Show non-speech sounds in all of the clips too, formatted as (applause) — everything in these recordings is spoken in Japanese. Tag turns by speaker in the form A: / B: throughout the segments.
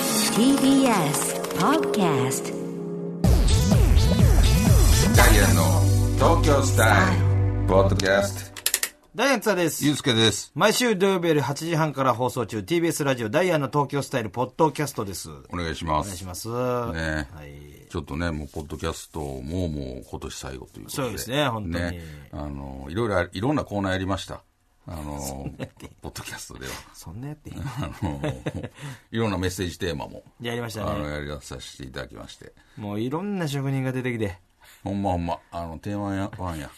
A: TBS Podcast
B: ダイアンの東京スタイルポッドキャスト
C: ダイアンツァです
B: ゆ。うすけです
C: 毎週土曜日夜8時半から放送中、TBS ラジオダイアンの東京スタイルポッドキャストです。お
B: お願いします
C: 願いします。
B: ね
C: はい。
B: ちょっとねもうポッドキャストももう今年最後ということで
C: そうですね本当に
B: あのいろいろあいろんなコーナーやりましたあのポッドキャストでは
C: そんなやっていい
B: あのいろんなメッセージテーマも
C: やりました
B: あの
C: ね。
B: やりさせていただきまして
C: もういろんな職人が出てきて、
B: ほんまほんまあのテーマやワンや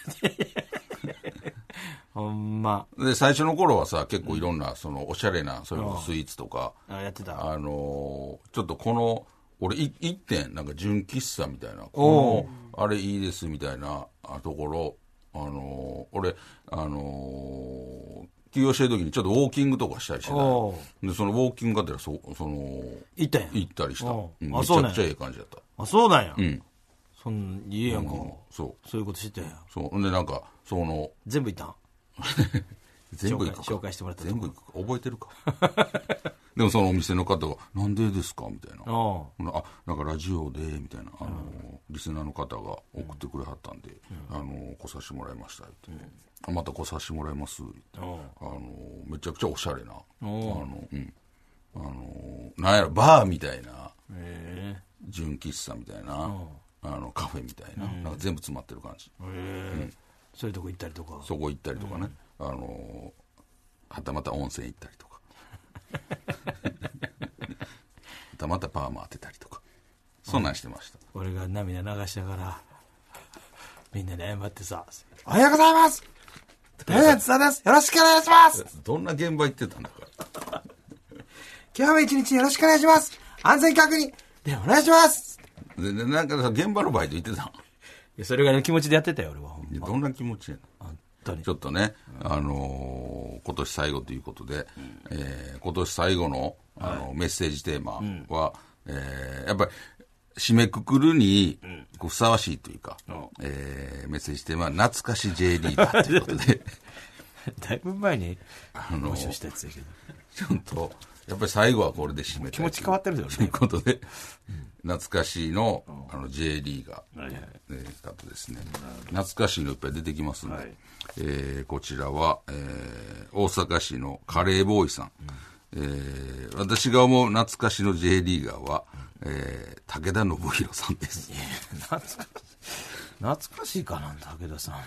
C: ほんま、
B: で最初の頃はさ結構いろんなそのおしゃれなそれこそスイーツとか、
C: あやってた。
B: あのーちょっとこの、俺、い一点、なんか純喫茶みたいな、この、あれいいですみたいなあところ、あのー俺、あのー休養してる時にちょっとウォーキングとかしたりしてた
C: お
B: よで、そのウォーキングがてら、そ、その、
C: 行ったんや。
B: 行ったりした。う
C: おうんあ
B: めち
C: そう
B: ゃ
C: なんや
B: くちゃいい感じだった。
C: あ、そうなんや。
B: うん。
C: そん、いいやんか。
B: そう。
C: そういうこと知ってんや。
B: そう。ほんで、なんか、その、
C: 全部行ったん
B: 全部行くか
C: 紹介紹介してもらったとこ
B: 全部行くか覚えてるか (laughs) でもそのお店の方が「なんでですか?」みたいな「
C: お
B: ほなあなんかラジオで」みたいなあの、リスナーの方が送ってくれはったんで「あの来させてもらいました」って、あまた来させてもらいます」ってあ
C: お
B: のめちゃくちゃおしゃれなあ
C: お
B: の、うん、あのなんやろバーみたいな
C: え
B: 純喫茶みたいなあのカフェみたいな,、なんか全部詰まってる感じ、
C: えええそういうとこ行ったりとか。
B: そこ行ったりとかね、あのはたまた温泉行ったり (laughs) とかはたまたパーマ当てたりとかそんなんしてました、
C: 俺が涙流しながら、みんなで謝ってさ、おはようございますダイアンツさんですよろしくお願いします
B: どんな現場行ってたんだか
C: 今日も一日よろしくお願いします安全確認でお願いします
B: ででなんかさ現場のバイト行ってたん
C: それぐらいの気持ちでやってたよ、俺は。ほん
B: いやどんな気持ちやの
C: とに
B: ち。ょっとね、あのー今年最後ということで、えー今年最後のあの、メッセージテーマは、えーやっぱり締めくくるにこうふさわしいというか、えーメッセージテーマは「懐かし J リーガー」という (laughs) ことで
C: だいぶ前に、
B: あの
C: 募集
B: ー
C: したやつやけど。
B: ちょっとやっぱり最後はこれで締めたい
C: 気持ち変わってるよね
B: ということで懐かしいのあの J リーガー、
C: はいはい
B: えーだとですね懐かしいのいっぱい出てきますんで、えーこちらは、えー大阪市のカレーボーイさん、えー私が思う懐かしの J リーガーは、えー武田信弘さんです
C: 懐かしい。懐かしいかな、武田さんは。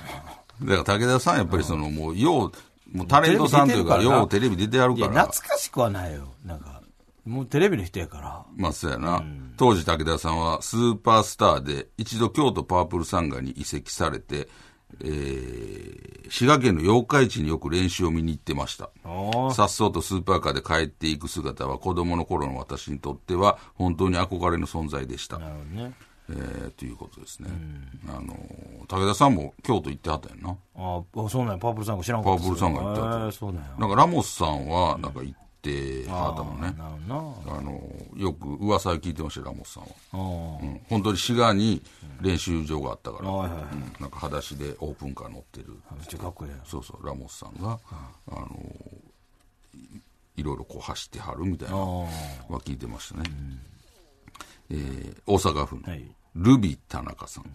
B: だから武田さんやっぱりその、もうようもうタレントさんというか
C: テレビ出てるからな
B: ようテレビ出てやる
C: い
B: か
C: や、
B: ら
C: 懐かしくはないよ。なんか、もうテレビの人やから。
B: まあ、そうやな。当時、武田さんはスーパースターで、一度京都パープルサンガに移籍されて、えー滋賀県の八日市によく練習を見に行ってました。
C: お
B: さっそうとスーパーカーで帰っていく姿は子供の頃の私にとっては本当に憧れの存在でした。
C: なるほどね。
B: えーということですね。あのー、武田さんも京都行ってはったんやな。
C: ああ、そうなんや。パープルさんが知らんかったっす
B: パープ
C: よ。
B: ルさんが言ってた
C: えーそうなんや。
B: なんかラモスさんはなんか行ってはったもんね。
C: なるほどな。
B: あのー、よく噂を聞いてましたよ、ラモスさんは。
C: あ
B: うん本当に滋賀に練習場があったから、
C: はいはいはい
B: うんなんか裸足でオープンカー乗ってる、
C: あ、めっちゃかっこいいやん。
B: そうそう、ラモスさんが、あのいいろいろこう走ってはるみたいな
C: ああ
B: のは聞いてましたね。えー大阪府の
C: はい
B: ルビ田中さん、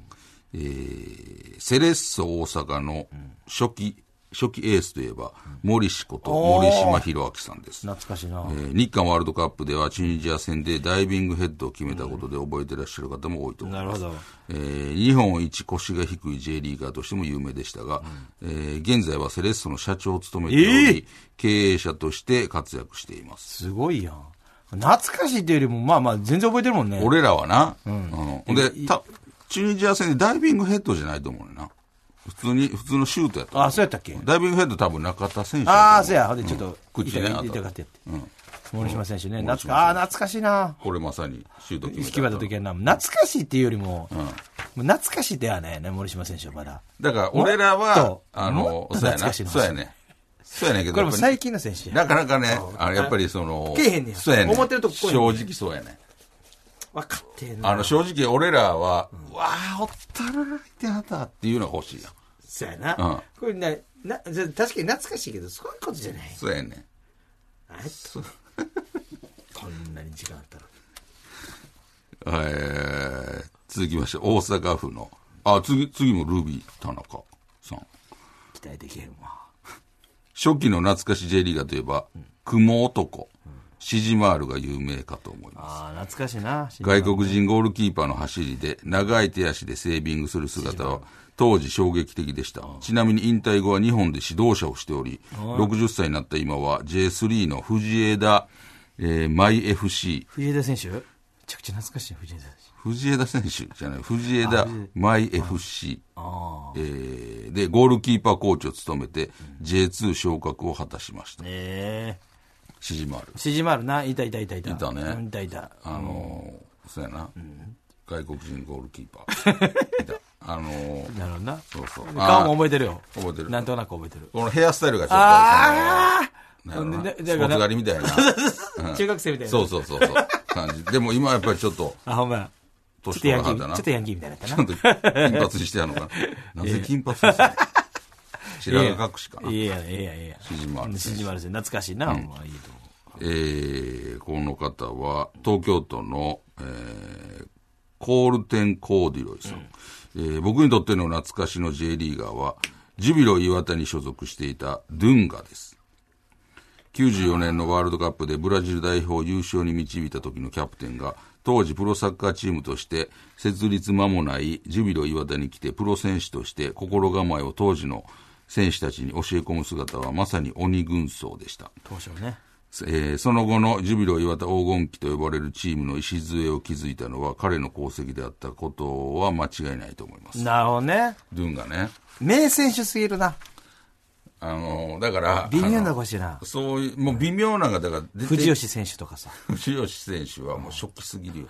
B: えーセレッソ大阪の初期、初期エースといえば、森氏こと森島博明さんです。
C: 懐かしいな。
B: えー日韓ワールドカップではチュニジア戦でダイビングヘッドを決めたことで覚えてらっしゃる方も多いと思い
C: な
B: ます。
C: るほど。
B: えー日本一腰が低い J リーガーとしても有名でしたが、えー現在はセレッソの社長を務めており、
C: えー
B: 経営者として活躍しています。
C: すごいやん。懐かしいっていうよりも、まあまあ、全然覚えてるもんね。
B: 俺らはな、うんでた、チュニジア戦でダイビングヘッドじゃないと思うねんな。普通に、普通のシュートやった。
C: あ、そうやったっけ
B: ダイビングヘッド多分中田選手
C: あ
B: と
C: あ、
B: 思
C: そうや。ほんで、ちょっと、
B: うん口ね
C: 痛
B: あ
C: い
B: と
C: 痛かったやって。森島選手ね。懐
B: 森島選手
C: か、ああー、懐かしいな。
B: これまさにシュート決め
C: 引
B: た。
C: きまた時はな、懐かしいっていうよりも、もう懐かしいではないよね、森島選手はまだ。
B: だから、俺ら
C: もっ
B: は
C: と、
B: あ
C: も
B: の
C: っ、と
B: そうや
C: 懐
B: な。
C: かしいの
B: そうやね。そうやねんけど。
C: これも
B: やっぱり
C: 最近の選手や。
B: なかなかね、あの、やっぱりその、
C: けえへんねや
B: そうやねん
C: 思ってるとこ来いへん
B: 正直そうやねん
C: 分かってんな。
B: あの、正直俺らは、うわあおったらいてはったっていうのが欲しいやん。
C: そうやな。
B: うん
C: これな、な、じゃ確かに懐かしいけど、そういうことじゃない。 (laughs)
B: そうやねん
C: あれ
B: そう
C: こに時間あったら。
B: えー、続きまして、大阪府の、あ、次、次もルビー田中さん。
C: 期待できへんわ。
B: 初期の懐かし J リーガーといえば、雲男、シジマールが有名かと思います。
C: ああ、懐かしいな。
B: 外国人ゴールキーパーの走りで、長い手足でセービングする姿は、当時衝撃的でした。ちなみに引退後は日本で指導者をしており、60歳になった今は J3 の藤枝、えー、マイ FC、
C: 藤枝選手めちゃくちゃ懐かしい藤枝選手。
B: 藤枝選手じゃない、藤枝マイ FC、
C: ああ。
B: えーで、ゴールキーパーコーチを務めて、J2 昇格を果たしました。
C: ええ
B: シジマール。
C: シジマルな、いたいたいたいた。
B: いたね
C: うんいたいた。
B: あのーそうやな、外国人ゴールキーパ (laughs) ーいた。あのー
C: なるほどな。
B: そうそう。
C: 顔も
B: あ
C: 覚えてるよ。
B: 覚えてる
C: なんとなく覚えてる。
B: ーこのヘアスタイルがちょっと、
C: あ
B: そのなんやろな
C: ほんで
B: ス
C: だ
B: ポ
C: から
B: ーツ狩りみたいな。
C: (laughs) あ中学生みたいな。
B: そうそうそうそう。感じ。でも今やっぱりちょっと、
C: あ、ほんまや。ちょ
B: 年
C: っと
B: 取
C: ヤ
B: ら
C: ンキ
B: は
C: ー、
B: ったな。
C: ちょっとヤンキーみたいになった
B: ちょっと金髪にしてやる
C: (laughs)
B: のかな。なぜ金髪にしたの白髪隠しかな
C: な。。いやいやいやいや。
B: シジマル選手
C: シジマル選手懐かしいな、ほんまいいと思
B: えーこの方は東京都の、えーコールテン・コーディロイさん、えー僕にとっての懐かしの J リーガーはジュビロ磐田に所属していたドゥンガです94年のワールドカップでブラジル代表を優勝に導いた時のキャプテンが当時プロサッカーチームとして設立間もないジュビロ磐田に来てプロ選手として心構えを当時の選手たちに教え込む姿はまさに鬼軍曹でした
C: 当初ね。
B: えーその後のジュビロ磐田黄金期と呼ばれるチームの礎を築いたのは彼の功績であったことは間違いないと思います。
C: なるほどね。
B: ドゥンがね。
C: 名選手すぎるな。
B: あのーだから、
C: 微妙
B: あ
C: な
B: の
C: 腰な。
B: そういう、もう微妙なのが、だから出て、
C: 藤吉選手とかさ。
B: 藤吉選手はもうショックす
C: (laughs)
B: ぎるよ。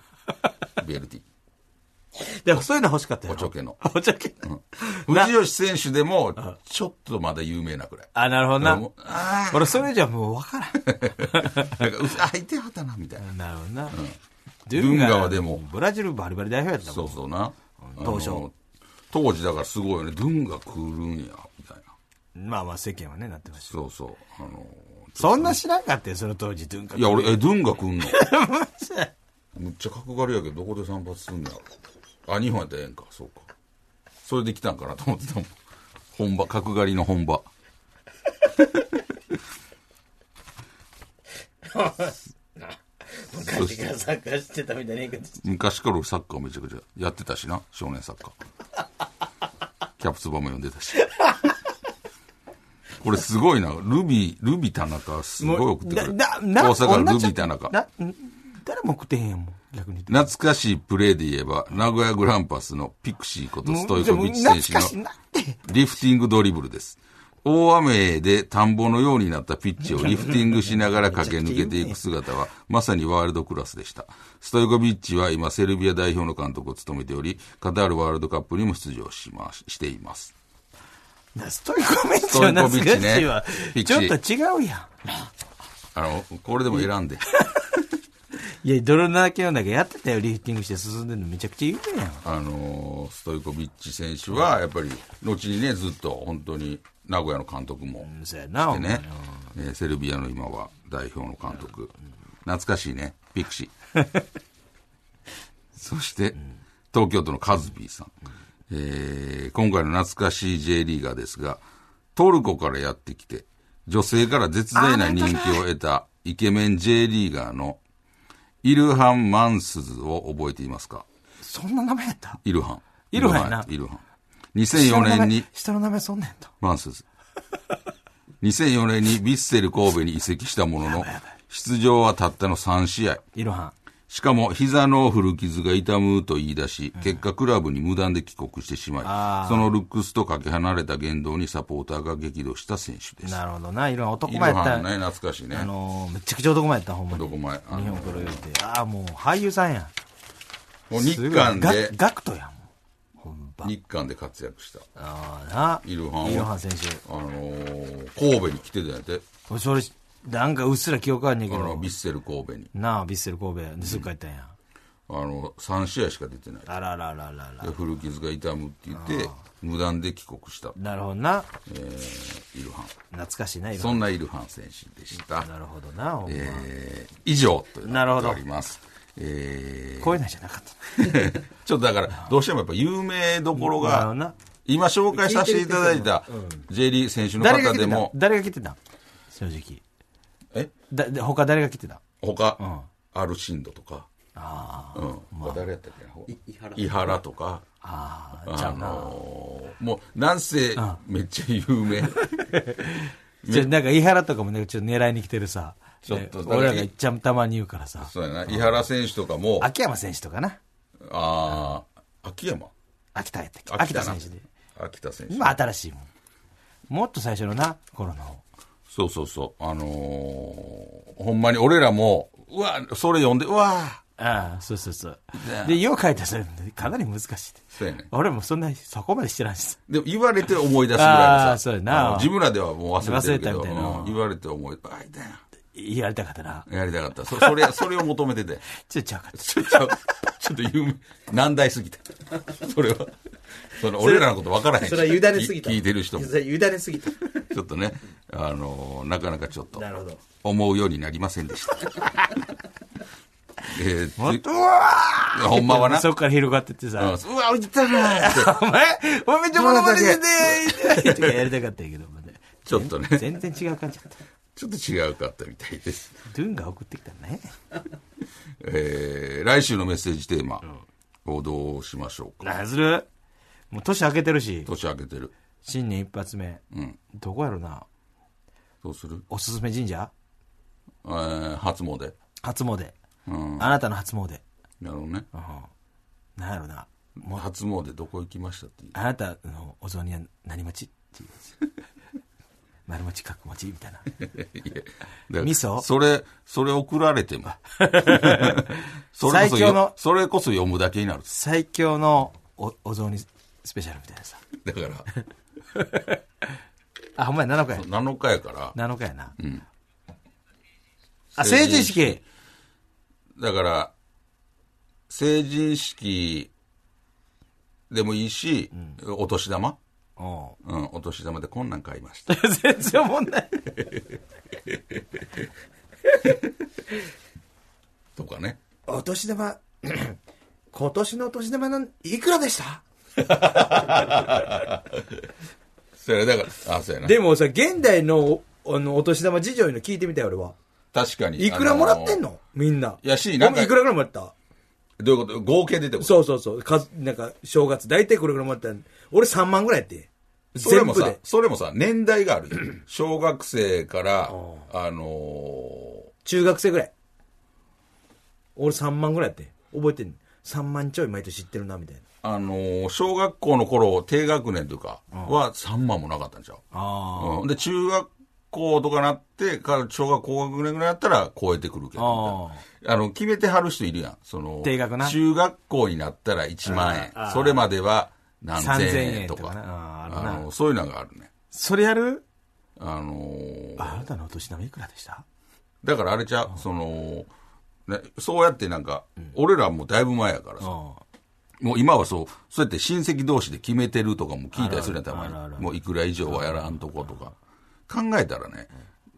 B: ベルディ。
C: でもそういうの欲しかったよ。
B: おちょけの。
C: おちょけ。な
B: 藤吉選手でも、ちょっとまだ有名なくらい。
C: あ、なるほど
B: だから
C: な
B: も。うあ
C: 俺、それじゃもう分から
B: ーなんかうあ、相手はたな、みたいな。
C: ん。なるほどな。ド
B: ゥンガはでも
C: ブラジルバリバリ代表やった
B: そ
C: も。
B: うんそうな。あの
C: 当初
B: 当時だからすごいよね。ドゥンが来るんや、みたいな。
C: まあまあ世間はね、なってました。
B: そうそう。あの
C: そんな知らんかったよ、その当時、ドゥンガ。
B: いや、俺、え、ドゥンが来んの (laughs) むっちゃ角刈りやけど、どこで散髪すんのやろ。あ、日本やったらええんか、そうか。それで来たんかなと思ってたもん。本場、角刈りの本場。
D: 昔からサッカーしてたみたいな言い方して
B: 昔から俺サッカーめちゃくちゃやってたしな、少年サッカー。キャプツバも読んでたし。これすごいな。ルビー、ルビー田中すごい送ってくる。
C: だ
B: 大
C: な
B: 阪のル
C: 同
B: ビ
C: じ
B: ー田中。
C: な誰も食ってへんやん、もう。逆に言うと。
B: 懐かしいプレーで言えば、名古屋グランパスのピクシーことストイコビッチ
C: もうじゃあもう懐かしい
B: 選
C: な
B: 手のリフティングドリブルです。大雨で田んぼのようになったピッチをリフティングしながら駆け抜けていく姿は、まさにワールドクラスでした。ストイコビッチは今、セルビア代表の監督を務めており、カタールワールドカップにも出場しますしています。
C: なストイコビッチは懐かしいわ
B: ストイコビッチねピ。ッ
C: ちょっ
B: チ
C: と違うや
B: あの、これでも選んで。
C: ん。いや、泥だらけの中やってたよ、リフティングして進んでるのめちゃくちゃ有名やん。
B: あのーストイコビッチ選手は、やっぱり、後にね、ずっと本当に名古屋の監督も
C: うんそうやな、お
B: で
C: 前
B: ね、えーセルビアの今は代表の監督。懐かしいね、ピクシー。
C: (laughs)
B: そして、東京都のカズビーさん。えー今回の懐かしい J リーガーですが、トルコからやってきて、女性から絶大な人気を得たイケメン J リーガーのイルハン・マンスズを覚えていますか
C: そんな名前やった
B: イルハン。
C: イルハンやな
B: イルハン。2004年に、
C: 下の名前下の名前そんなんやった。
B: マンスズ。2004年にヴィッセル神戸に移籍したものの、出場はたったの3試合。
C: イロハン。
B: しかも、膝の古傷が痛むと言い出し、結果クラブに無断で帰国してしまい、そのルックスとかけ離れた言動にサポーターが激怒した選手です。
C: なるほどな、イロハン男
B: イル
C: 前や
B: ハ
C: った。
B: ンね、懐かしいね
C: あ。のー、めちゃくちゃ男前やった、ほんまに。
B: どこ前。あ
C: 日
B: の
C: 本プロ言うて。ああ、もう俳優さんやん。
B: もう日韓
C: ガ
B: で、
C: ガクトやん。ほんま。
B: 日韓で活躍した。
C: ああ、な。
B: イルハンは
C: イロハン選手。
B: あのー神戸に来てたんやて。
C: 俺それ、なんかうっすら記憶あんねん
B: あ
C: け
B: の、
C: ど
B: ヴィ。ッセル神戸に。
C: なあ、ヴィッセル神戸。で、すぐ帰ったんや。
B: あの3試合しか出てない
C: あららららら
B: で古傷が痛むって言って無断で帰国した、
C: なるほどな
B: えーイルハン
C: 懐かしいな今
B: そんなイルハン選手でした
C: なるほどな、お前
B: えー以上と
C: なる
B: な
C: ほ
B: って
C: ど
B: おりますえー
C: こういうのじゃなかった
B: (laughs) ちょっとだから、どうしてもやっぱ有名どころ
C: なるほど
B: が
C: な、
B: 今紹介させていただいた J リーグ選手の
C: 誰が
B: 方
C: 来
B: で
C: てた
B: も、
C: 誰が来てた正直
B: え
C: だで他誰が来てた
B: 他、アルシンドとか、うん誰やったっけな、
D: 伊原
B: 伊原とか、
C: ああじゃ
B: あ
C: あな
B: のー、もう、なんせめっちゃ有
C: (laughs)
B: 名。
C: じゃあなんか井原とかもねちょっと狙いに来てるさ
B: ちょっと
C: ね俺らがいっちゃんたまに言うからさ
B: そうやな、伊原選手とかも、
C: 秋山選手とかな
B: あー秋山
C: 秋田やったっけ
B: 秋
C: 秋
B: 田
C: 田
B: な
C: 選手で
B: 秋田選手。
C: 今新しいもんもっと最初のな頃の
B: そうそうそう、あのー、ほんまに俺らも、うわ、それ読んで、うわ、
C: ああそうそうそうでよう書いてそれかなり難しい
B: そうやね
C: 俺もそんなそこまで知らんしさ
B: でも言われて思い出すぐらいのさ。
C: あーそうやな
B: あの自分らではもう忘れてるけど、
C: 忘れたみたいな
B: うん言われて思い、あ、いたや。
C: 言われたかったなん
B: やりたかった。そそれ、それを求めて (laughs) て。
C: ちょっとちゃうかった
B: ちょ、ちょ、ちょっと有名、難題すぎた。 (laughs) それは。その、俺らのこと分からへんし
D: それは委ねすぎた。
B: き聞いてる人も。
D: それは委ねすぎた。
B: ちょっとね、あのーなかなかちょっと
D: なるほど、
B: 思うようになりませんでした。えー、
C: もっ
B: つ
C: とうわ
B: いやほんまはな。
C: そっから広がってって
B: うんう
C: さ
B: わ、おいたなーって
C: お前、お前めっちゃモノマネしててとかやりたかったんやけど、まだ
B: ちょっとね
C: 全然違う感じだった。
B: ちょっと違うかったみたいです。
C: ドゥンが送ってきたね。
B: えー来週のメッセージテーマをどうしましょうか。
C: なずるもう年明けてるし、
B: 年明けてる。
C: 新年一発目。どこやろな
B: どうする
C: おすすめ神社
B: えー初詣。
C: 初詣。
B: うん。
C: あなたの初詣。
B: なるほどね。
C: なんやろな
B: 初詣どこ行きましたっていう。
C: あなたのお雑煮は何餅っていうやつ。丸餅、角餅みたいな。
B: で
C: 味噌
B: それ、それ送られても。それ
C: 最
B: こそ
C: 強の
B: よ、それこそ読むだけになる。
C: 最強のおお雑煮スペシャルみたいなさ。
B: だから、
C: あ、ほんまや、7日や。
B: 7日やから、
C: 7日やな。あ、成人式
B: だから、成人式でもいいし、お年玉
C: お
B: うん、お年玉でこんなん買いました。
D: (laughs)
C: 全然おもんない。
B: とかね。
D: お年玉、 (clears throat) 今年のお年玉なん、いくらでした
B: それだから、あ、そうやな。
D: でもさ、現代のおあのお年玉事情いうの聞いてみたよ、俺は。
B: 確かに。
D: いくらもらってん
B: あ
D: のみんな。
B: いやしなんか
D: 俺いくらぐらいもらった
B: どういうこと合計でってこと
D: そうそうそう。かなんか、正月、大体これぐらいもらったん俺3万ぐらいやって。
B: それ
D: 全
B: も
D: 部
B: さ
D: で、。
B: それもさ、年代があるじ
D: (clears throat)
B: ゃん小学生から、あの
D: 中学生ぐらい。俺3万ぐらいやって。覚えてんの ?3 万ちょい毎年知ってるな、みたいな。
B: ーあのー小学校の頃、低学年というか、は3万もなかったんちゃう、
C: あ
B: うんで、中学校とかなって、から小学校学年ぐらいだったら超えてくるけど、みたいなあの、決めてはる人いるやん。その、
C: 定額な
B: 中学校になったら1万円。それまでは
C: あ。
B: 何千
C: 3000
B: 円
C: 円
B: と
C: と
B: か。
C: かな。あーある
B: あ
C: な。
B: のそういうのがあるね。
C: それやる
B: あのー
C: あなたのお年玉いくらでした
B: だからあれちゃう、その、ね、そうやってなんか、俺らもうだいぶ前やからさ、
C: あ
B: もう今はそう、そうやって親戚同士で決めてるとかも聞いたりするやんたま
C: あるある
B: に。もういくら以上はやらんとことか。考えたらね、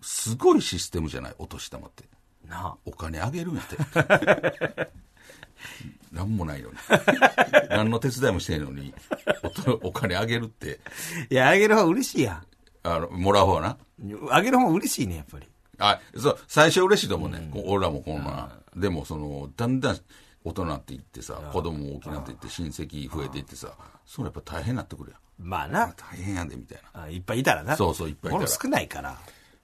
B: すごいシステムじゃない、お年玉って。
C: な
B: お金あげるんやて。 (laughs) なんもないのに。 (laughs) 何の手伝いもしてんのに、おとお金あげるって、
C: あ。いや、あげる方が嬉しいや
B: あの、もらう方な。
C: ん。あげる方が嬉しいね、やっぱり。
B: あ、そう、最初嬉しいと思うね。こう俺らもこんな。でも、その、だんだん大人になっていってさ、子供も大きくなっていって、親戚増えていってさ、それやっぱ大変になってくるやん。
C: まあな。
B: 大変やで、みたいな。
C: あいっぱいいたらな。
B: そうそういっぱいいたら
C: 俺も少ないから。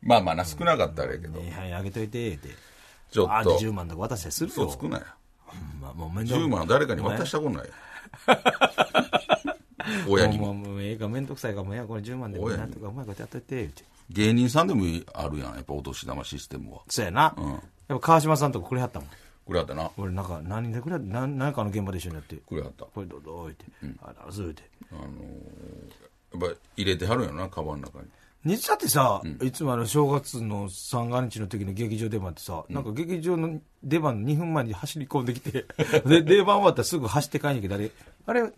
B: まあまあな、少なかったらやけど、
C: ねはい、あげといて、って。
B: ちょ
C: あ
B: っ
C: と
B: と、
C: 10万とか渡したりする
B: そう
C: よ。
B: 少ない。
C: まあ、もう面倒
B: 10万誰かに渡したこと
C: (laughs)
B: ないよ。親に
C: も
B: も。
C: うもうもうええか、めんどくさいかも、いや、これ10万でも
B: 親に
C: なんとかうまいことやっといて、って。
B: 芸人さんでもあるやん、やっぱお年玉システムは。
C: そうやな。
B: ん
C: やっぱ川島さんとかくれはったもん。
B: これあったな。
C: 俺なんか何でくれ何何かの現場で一緒になって
B: これあった。
C: これどうぞ言うて、あらそう言うて
B: やっぱ入れてはるんやろな、カバンの中に。
C: 日だってさ、いつもあの正月の三が日の時の劇場出番ってさ、なんか劇場の出番の2分前に走り込んできて、 (laughs) で、出番終わったらすぐ走って帰んやけど、あれ、あれ、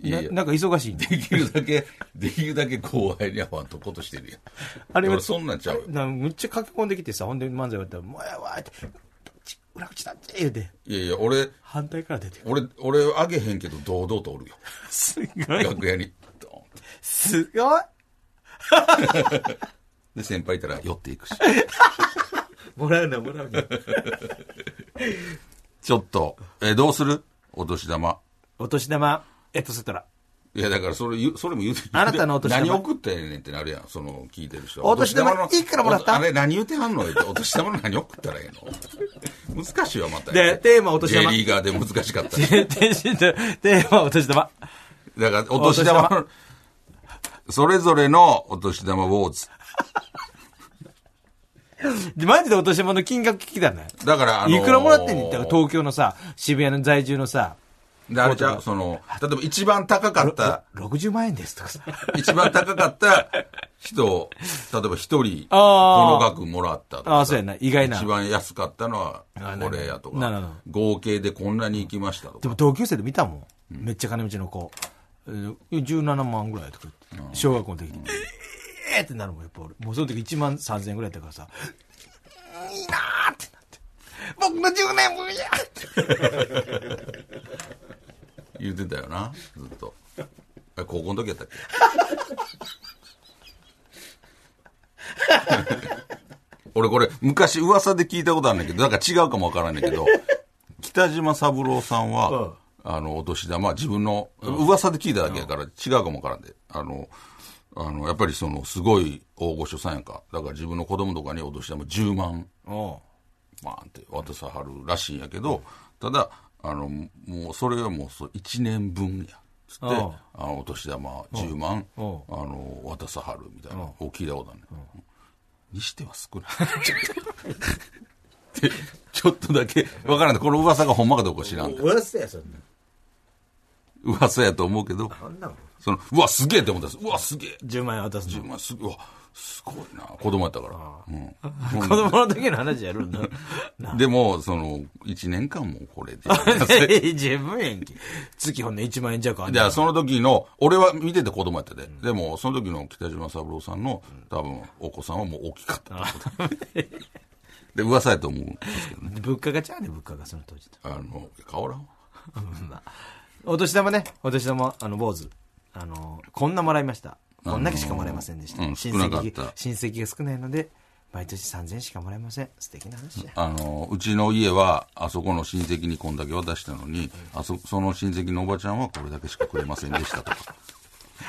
B: いやいや
C: ななんか忙しいんで。
B: できるだ
C: (laughs)
B: け、できるだけ後輩に合わんとことしてるやん。
C: あれは
B: 俺そんなんちゃうよ。
C: なむっちゃ駆け込んできてさ、ほんで漫才終わったら、もうやわーって、どっち裏口だって言うて、
B: いやいや、俺、
C: 反対から出てくる。
B: 俺、俺、あげへんけど、堂々とおるよ。
C: すごい。
B: 楽屋に。ドーンと
C: すごい。
B: で、先輩いたら寄っていくし。
D: もらうな、もらう
B: (laughs)
D: な。
B: ちょっと、え、どうするお年玉。
C: お年玉、エトセトラ。
B: いや、だからそれ言う、それも言うて
C: あなたのお年玉
B: 何送ってんねんってなるやん、その、聞いてる人。
C: お年玉
B: お
C: いくらもらった
B: おあれ、何言うてはんのって、お年玉の何送ったらええの難しいわ、また。
C: でテーマお年玉
B: J リーガーで難しかった。
C: 天津と、テーマお年玉。
B: だから、お年玉の、それぞれのお年玉ウォーズ。
C: で、マジでお年玉の金額聞きたない。
B: だから、あのー
C: いくらもらってんねんって、東京のさ、渋谷の在住のさ、
B: であれじゃうその、例えば一番高かった、
C: 60万円ですとかさ。 (laughs)
B: 一番高かった人を、例えば一人、こ
C: あー
B: の額もらったと
C: あ
B: か
C: あ、そうやな、意外な。
B: 一
C: で
B: 番安かったのは
C: あ
B: これやと
C: なるほど
B: か、合計でこんなに行きましたとか。
C: も同級生で見たもん。めっちゃ金持ちの子。えー17万ぐらいとか言って、小学校の時に。えーってなるもん、やっぱ俺。もうその時1万3000円ぐらいだったからさ、いいなーってなって。僕の10年分や
B: 言ってたよ
C: (laughs)
B: な、ずっと。あ高校の時やったっけ俺これ昔噂で聞いたことあるんだけど、なんか違うかもわからんだけ
C: (laughs)
B: ど、北島三郎さんは、あの、お年玉、自分の、噂で聞いただけやから違うかもわからんで、あの、あの、やっぱりその、すごい大御所さんやんか。だから自分の子供とかにお年玉10万
C: お
B: バーンって渡さはるらしいんやけど、ただあのもうそれはもうそう1年分やつって
C: うん
B: あのお年玉10万あ
C: うん
B: の渡さはるみたいなを聞いたことあるね、にしては少ないでちょっとだけわからないこの噂がほんまかどうか知らんけど
D: 俺はせや、そんな。
B: 噂やと思うけど
D: あんなもん。
B: そのうわすげえって思ったんですうわすげえ
C: 10万円渡すの
B: 10。万すうわすごいな子供やったから、うん
C: (laughs) 子供の時の話やるんだ。
B: でもその1年間もこれで (laughs)
C: (laughs) 十分やんけ。月ほんの1万円弱あん
B: じゃ
C: ね
B: あ、その時の、俺は見てて子供やったで。でも、その時の北島三郎さんの、多分、お子さんはもう大きかったと思う。で、噂やと思うんですけどね。
C: ん物価がちゃうね、物価がその当時と。
B: あの、変わらんわ。
C: (laughs) お年玉ね、お年玉、あの、坊主。あの、こんなもらいました。こんだけしかもらえませんでした。
B: うん
C: 親
B: 少なかった
C: 戚が親戚が少ないので、毎年3000しかもらえません。素敵な話や。
B: あの、うちの家は、あそこの親戚にこんだけ渡したのに、あそ、その親戚のおばちゃんはこれだけしかくれませんでしたとか。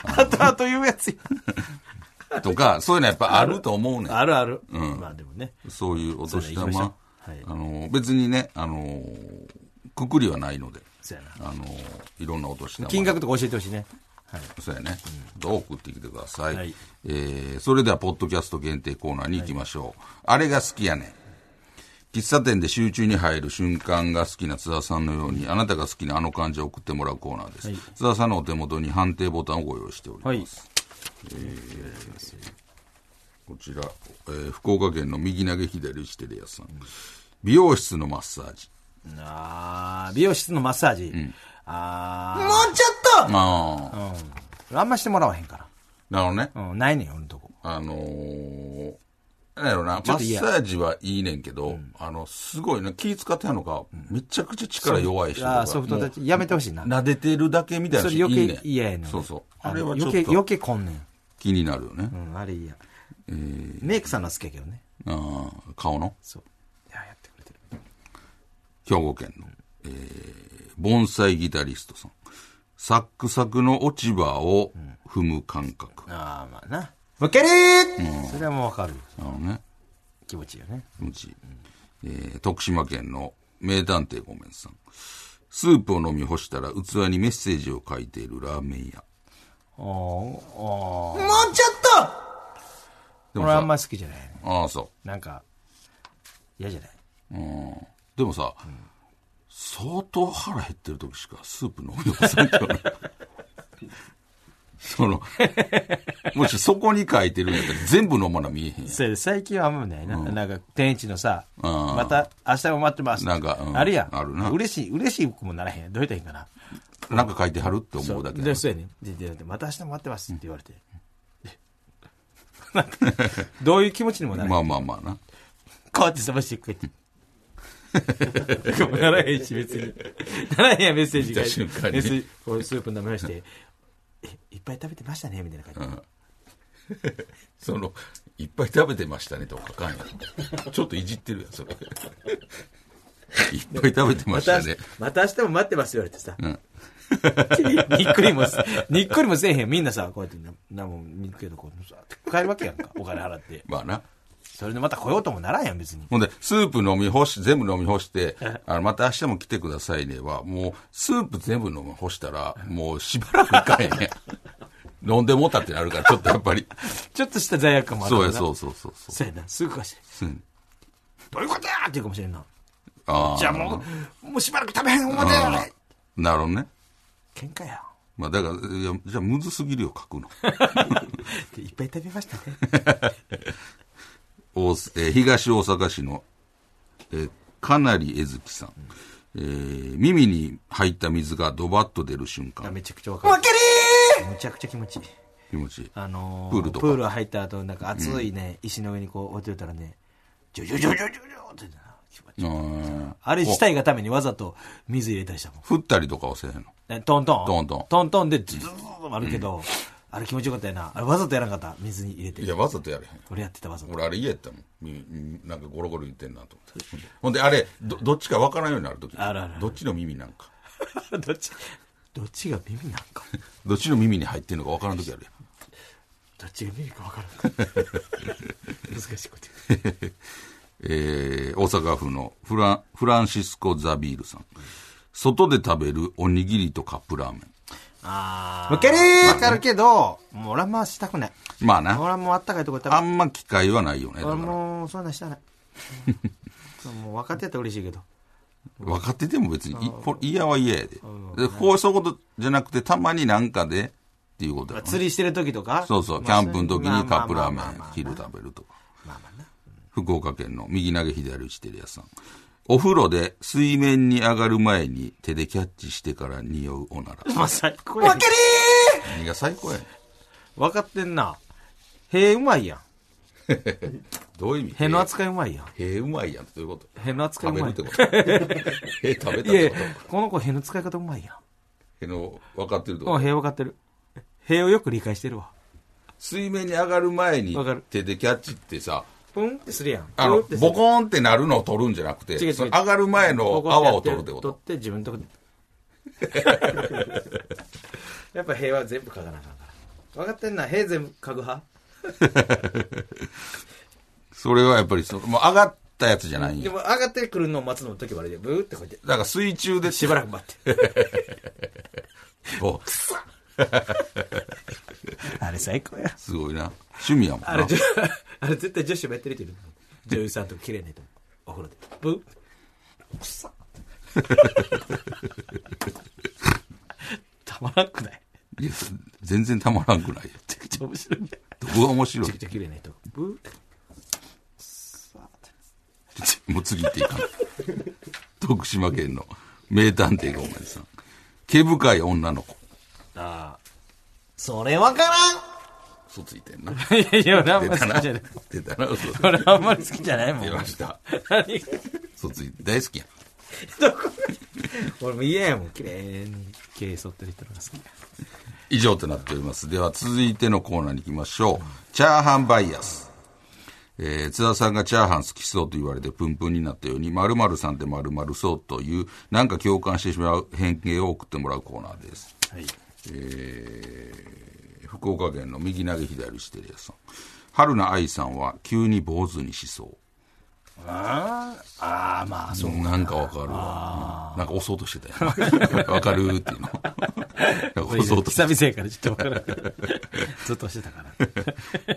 C: あとあというやつや。
B: とか、そういうのはやっぱあると思うねん。
C: あるある。まあでもね。
B: そういうお年
C: そうだ行きましょう
B: 玉。
C: はい
B: あの、別にね、あの、くくりはないので。
C: そうやな。
B: あの、いろんなお年玉。
C: 金額とか教えてほしいね。はい。
B: そうやね。どう送ってきてください。
C: はい
B: えーそれでは、ポッドキャスト限定コーナーに行きましょう。あれが好きやねん。喫茶店で集中に入る瞬間が好きな津田さんのように、あなたが好きなあの漢字を送ってもらうコーナーです。津田さんのお手元に判定ボタンをご用意しております。
C: はい
B: こちら、えー福岡県の右投げ左打ちテレ屋さん。美容室のマッサージ。
C: あー美容室のマッサージ。あー
D: もうちょっと
B: ああ、
C: 俺あんましてもらわへんか
B: なるほどね。
C: ら。うん、ないねん、俺のとこ。
B: あのー、なんやろな、マ
C: っと
B: ッ
C: 嫌
B: サージはいいねんけど、あの、すごいね、気使ってはんのか、めちゃくちゃ力弱い人と
C: あ
B: か
C: ーソフトタッチ、
B: も
C: やめてほしいな
B: う。撫でてるだけみたい
C: そ
B: な
C: れ
B: 人いい
C: 余
B: ねん
C: 計。嫌やねん。
B: そうそう。
C: あ
B: あ
C: れ
B: れ
C: は
B: は
C: ち
B: ち
C: ょ
B: ょっ
C: っと余計、余
B: と
C: 計こんねん。
B: 気になるよね
C: う。ん、あれ嫌。メイクさんのは好きやけどね。
B: あー顔の。
C: そう。いや、やってくれてる。
B: 兵庫県の、えー、盆栽ギタリストさん。サックサクの落ち葉を踏む感覚。
C: ああ、まあな。むけりーそれはもうわかる。
B: あのね、
C: 気持ちいいよね。
B: うち、えー徳島県の名探偵ごめんさん。スープを飲み干したら器にメッセージを書いているラーメン屋。
C: ああ、ああ。
D: もうちょっと
B: でも
C: 俺あ
B: さ
C: んま好きじゃない。
B: ああ、そ。
C: なんか、嫌じゃないう
B: うん。でもさ、相当腹減ってる時しかスープ飲み干さんけどね。 (laughs) その、もしそこに書いてるんだったら全部飲まな見えへんやん
C: それで最近はあんまないな。なんか、天一のさ、
B: うん
C: また明日も待ってます。
B: なんかうん
C: あるやん。
B: あるな
C: 嬉しい、嬉しい僕もならへん。どうやったらいいんかな。
B: なんか書いてはるって思うだけ
C: で、そうやねん。で、ででまた明日も待ってますって言われて。 (laughs) なんかどういう気持ちにもならへん。
B: まあまあまあな。
C: こうやって探してくれて。ならへんし、別に。ならへんやん、メッセージが。
B: 見た瞬間に
C: メッセージこうスープ飲みまして、えいっぱい食べてましたね、みたいな感じ。
B: その、いっぱい食べてましたねとか書かんやろちょっといじってるやん、それ。いっぱい食べてま
D: ま
B: したた
D: 明日
B: ね。、
D: また明日も待ってますよ言われてさ。
C: にっくりもせ、にっくりもせえへん。みんなさ、こうやってな、なもん、にっくりとこう、さ帰るわけやんか。お金払って。
B: まあな。
C: それでまた来ようともならんやん、別に。
B: ほんで、スープ飲み干し、全部飲み干して、あの、また明日も来てくださいねは、もう、スープ全部飲み干したら、もうしばらくいかへん
C: (laughs)
B: やん。飲んでもうたってなるから、ちょっとやっぱり。
C: ちょっとした罪悪感もあるか
B: そうや、
C: らな
B: そうそうそうそう。
C: そうやな。すぐかして。
B: うん
C: どういうことやって言うかもしれんな。
B: ああ。
C: じゃあもう、もうしばらく食べへん思てやれ
B: なるほどね。
C: 喧嘩や。
B: まあ、だから、いやじゃあ、むずすぎるよ、書くの。
C: で (laughs) いっぱい食べましたね。
B: 大すえー東大阪市の、えーかなりえずきさん、えー耳に入った水がドバッと出る瞬
C: あ
B: 間
C: めちゃくちゃわかる。わかりむちゃくちゃ気持ちいい。
B: 気持ちいい
C: あの
B: プールとか
C: 入った後、なんか熱いね、石の上にこう置いておいたらね、ジョジョジョジョジョジョってな気持ちいい。
B: あー
C: あれしたいがためにわざと水入れたりしたもん。
B: 降ったりとかはせえへんの
C: ねトントン
B: トントン
C: トントンでズズズズあるけど、あれ気持ちよかったよな。あれわざとやらなかった。水に入れて。
B: やわざとやれへん
C: 俺やってたわざと。
B: 俺あれ家やったもんみみなんかゴロゴロ言ってんなと思ってほんであれどどっちかわからんようになるとき
C: あるあるある
B: どっちの耳なんか
C: (laughs) どっち、どっちが耳なんか。
B: どっちの耳に入ってんのかわからんときあるやん
C: どっちが耳かわからん (laughs) か。難しいこと言う。
B: えー大阪府のフランフランシスコ・ザビールさん外で食べるおにぎりとカップラーメン
C: あー。わかるーわかるけど、もう俺はまあしたくない。
B: まあな
C: 俺はもうあったかいとこで食べ
B: あんま機会はないよね。だ
C: 俺
B: か
C: は
B: ら
C: もうそんなんしたない。うんもう分かってやったら嬉しいけど。
B: 分かってても別に、いこれ嫌は嫌やで。で、こうそういうことじゃなくて、たまになんかでっていうことやろね
C: 釣りしてる時とか。
B: そうそう、キ
C: まあ
B: ャンプの時にカップラーメ
C: まあまあまあまあまあ
B: ン昼食べるとか。
C: まあまあな。
B: 福岡県の右投げ左打ちテレアさん。お風呂で水面に上がる前に手でキャッチしてから匂うおなら。
C: まあ最高や。わかり
B: 何が最高やねん
C: 分かってんな。へえ、うまいやん。
B: どういう意味
C: への扱いうまいやん。
B: へえうまいやんってどういうこと
C: への扱いう
B: 食べ
C: ま
B: る
C: い
B: っ。てことへえ食べた
C: いや
B: っ
C: い
B: て
C: や
B: こ
C: この子への使い方うまいや
B: とへの分かってるって
C: ん。
B: こ
C: う
B: と
C: ん、へ分かってる。へをよく理解してるわ。
B: 水面に上がる前に
C: わかる
B: 手でキャッチってさ、
C: プンってするやん。
B: あの
C: プンって、する
B: ボコーンってなるのを取るんじゃなくて、
C: 違う違う
B: その上がる前の
C: ボコ
B: 泡を
C: って
B: 取
C: や
B: る
C: っ
B: ってこ
C: 取
B: と
C: っ。て自分のとこで。やっぱへは全部書かなあかんから。分かってんな。へ全部書く派
B: それはやっぱりそ、もう上がったやつじゃないん
D: で
B: や。
D: も上がってくるのを待つのの時はあれで、ブーってこうやって、
B: だから水中
C: (laughs)
B: で、
D: しばらく待って。
B: お
C: あれ最高や。
B: すごいな。趣味やもんな。
D: あれ、じゅあれ絶対女子もやってる人いる。女優さんとか綺麗ねと思う。お風呂で。ブー
C: たまらんくない。
B: いや全然たまらんくないよ。
C: めちゃくちゃ面白いね。
B: どこが面白い
D: めっちゃ綺麗ねと。ブー
B: もう次行っていいかな。徳島県の名探偵がお前さん。毛深い女の子。
C: ああ。それ分から
B: 嘘ついて (laughs) んな。
C: んいやいや、俺あん
B: 出
C: ま
B: た
C: 好き
B: な。
C: (laughs) じゃない。
B: 出たな、嘘。
C: 俺あんまり好きじゃないもん。
B: 出ました。
C: 何が
B: 嘘ついて、大好きやん。
C: 俺も嫌やもん。綺麗に、綺麗剃ってる人のが好きや。
B: 以上となっております。では続いてのコーナーに行きましょう。チャーハンバイアス。えー津田さんがチャーハン好きそうと言われてプンプンになったように、〇〇さんって〇〇そうという、なんか共感してしまう偏見を送ってもらうコーナーです。
C: はい。
B: えー福岡県の右投げ左打ちテレアさん。春菜愛さんは急に坊主にしそう。
C: ああ、ああ、まあ、そう。
B: なんかわかるわ。うんなんか押そうとしてたよ。わかる
C: (laughs)
B: っていうの。なんか押そうとして
C: 久々やからちょっと分からん。 (laughs) ずっとしてたか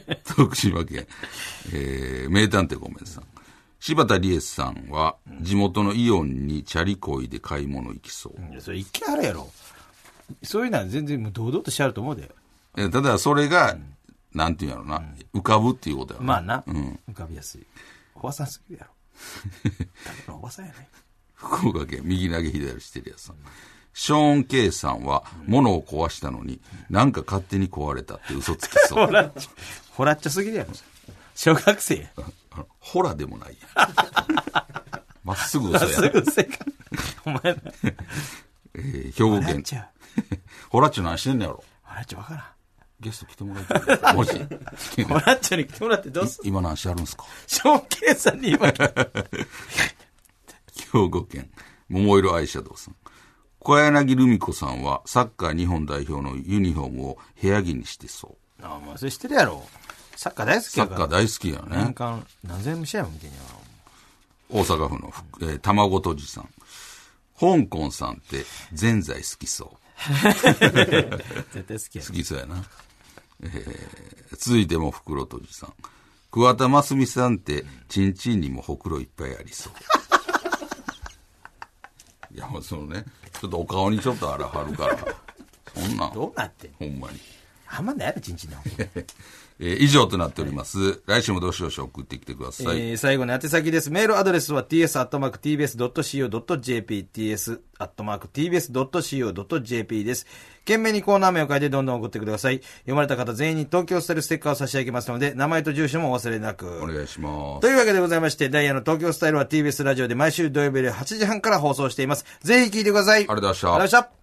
C: ら。
B: 徳島県、えー、名探偵ごめんさん。柴田理恵さんは、地元のイオンにチャリこいで買い物行きそう。
C: いや、それ一見あるやろ。そういうのは全然もう堂々としてあると思うで。
B: えただそれが、なんていうんやろな、浮かぶっていうことやろな
C: まあな、
B: うん
C: 浮かびやすい。おばさんすぎる (laughs) やろ。ただのおばさんやね。
B: 福岡県右投げ左打ちテリアさん。ショーン・ケイさんは物を壊したのに、なんか勝手に壊れたって嘘つきそ
C: ほ
B: う。 (laughs)
C: らっちょ、ほらっちょすぎるやろ。小学生や。
B: あのホラでもないやん。 (laughs) まっすぐ嘘や
C: す
B: ん。
C: ぐせか。お前な、
B: えー兵庫
C: ほらっ
B: 県。 (laughs)
C: ちょ。
B: ホラっちゅう何してんねやろ。
C: ほらっちょわか
B: ゲスト来てもらいたい。
C: (laughs)
B: もし、
C: らん。ほらっちょに来てもらってどうすん
B: 今何してあるんですか
C: 小慶さんに言われた。
B: 兵庫県、桃色アイシャドウさん。小柳ルミ子さんはサッカー日本代表のユニフォームを部屋着にしてそう。
C: ああ、まあ、それ知ってるやろ。サッカー大好き
B: サ
C: や
B: ッ
C: から。
B: カー大好きやね
C: 年。間何千円も試合も見てんやろ。
B: 大阪府のふ、えー卵とじさん。香港さんって、ぜんざい好きそう。
C: 絶対好きや
B: 好きそうやな。えー続いても袋とじさん。桑田真澄さんって、ちんちんにもほくろいっぱいありそう。いや、もう (laughs) そのね、ちょっとお顔にちょっとあらはるから、そんなん、
C: どうなってんの
B: ほんまに。 (laughs)
C: あんまないやろ、ちんちんの。
B: えー以上となっております。来週もどしどし送ってきてください。
C: えー最後に宛先です。メールアドレスは ts.tbs.co.jp、ts.tbs.co.jp です。懸命にコーナー名を書いてどんどん送ってください。読まれた方全員に東京スタイルステッカーを差し上げますので、名前と住所もお忘れなく。
B: お願いします
C: と。いうわけでございまして、ダイヤの東京スタイルは TBS ラジオで毎週土曜日より8時半から放送しています。ぜひ聞いてください。あ
B: が
C: り
B: とうございました
C: ありがとうございました。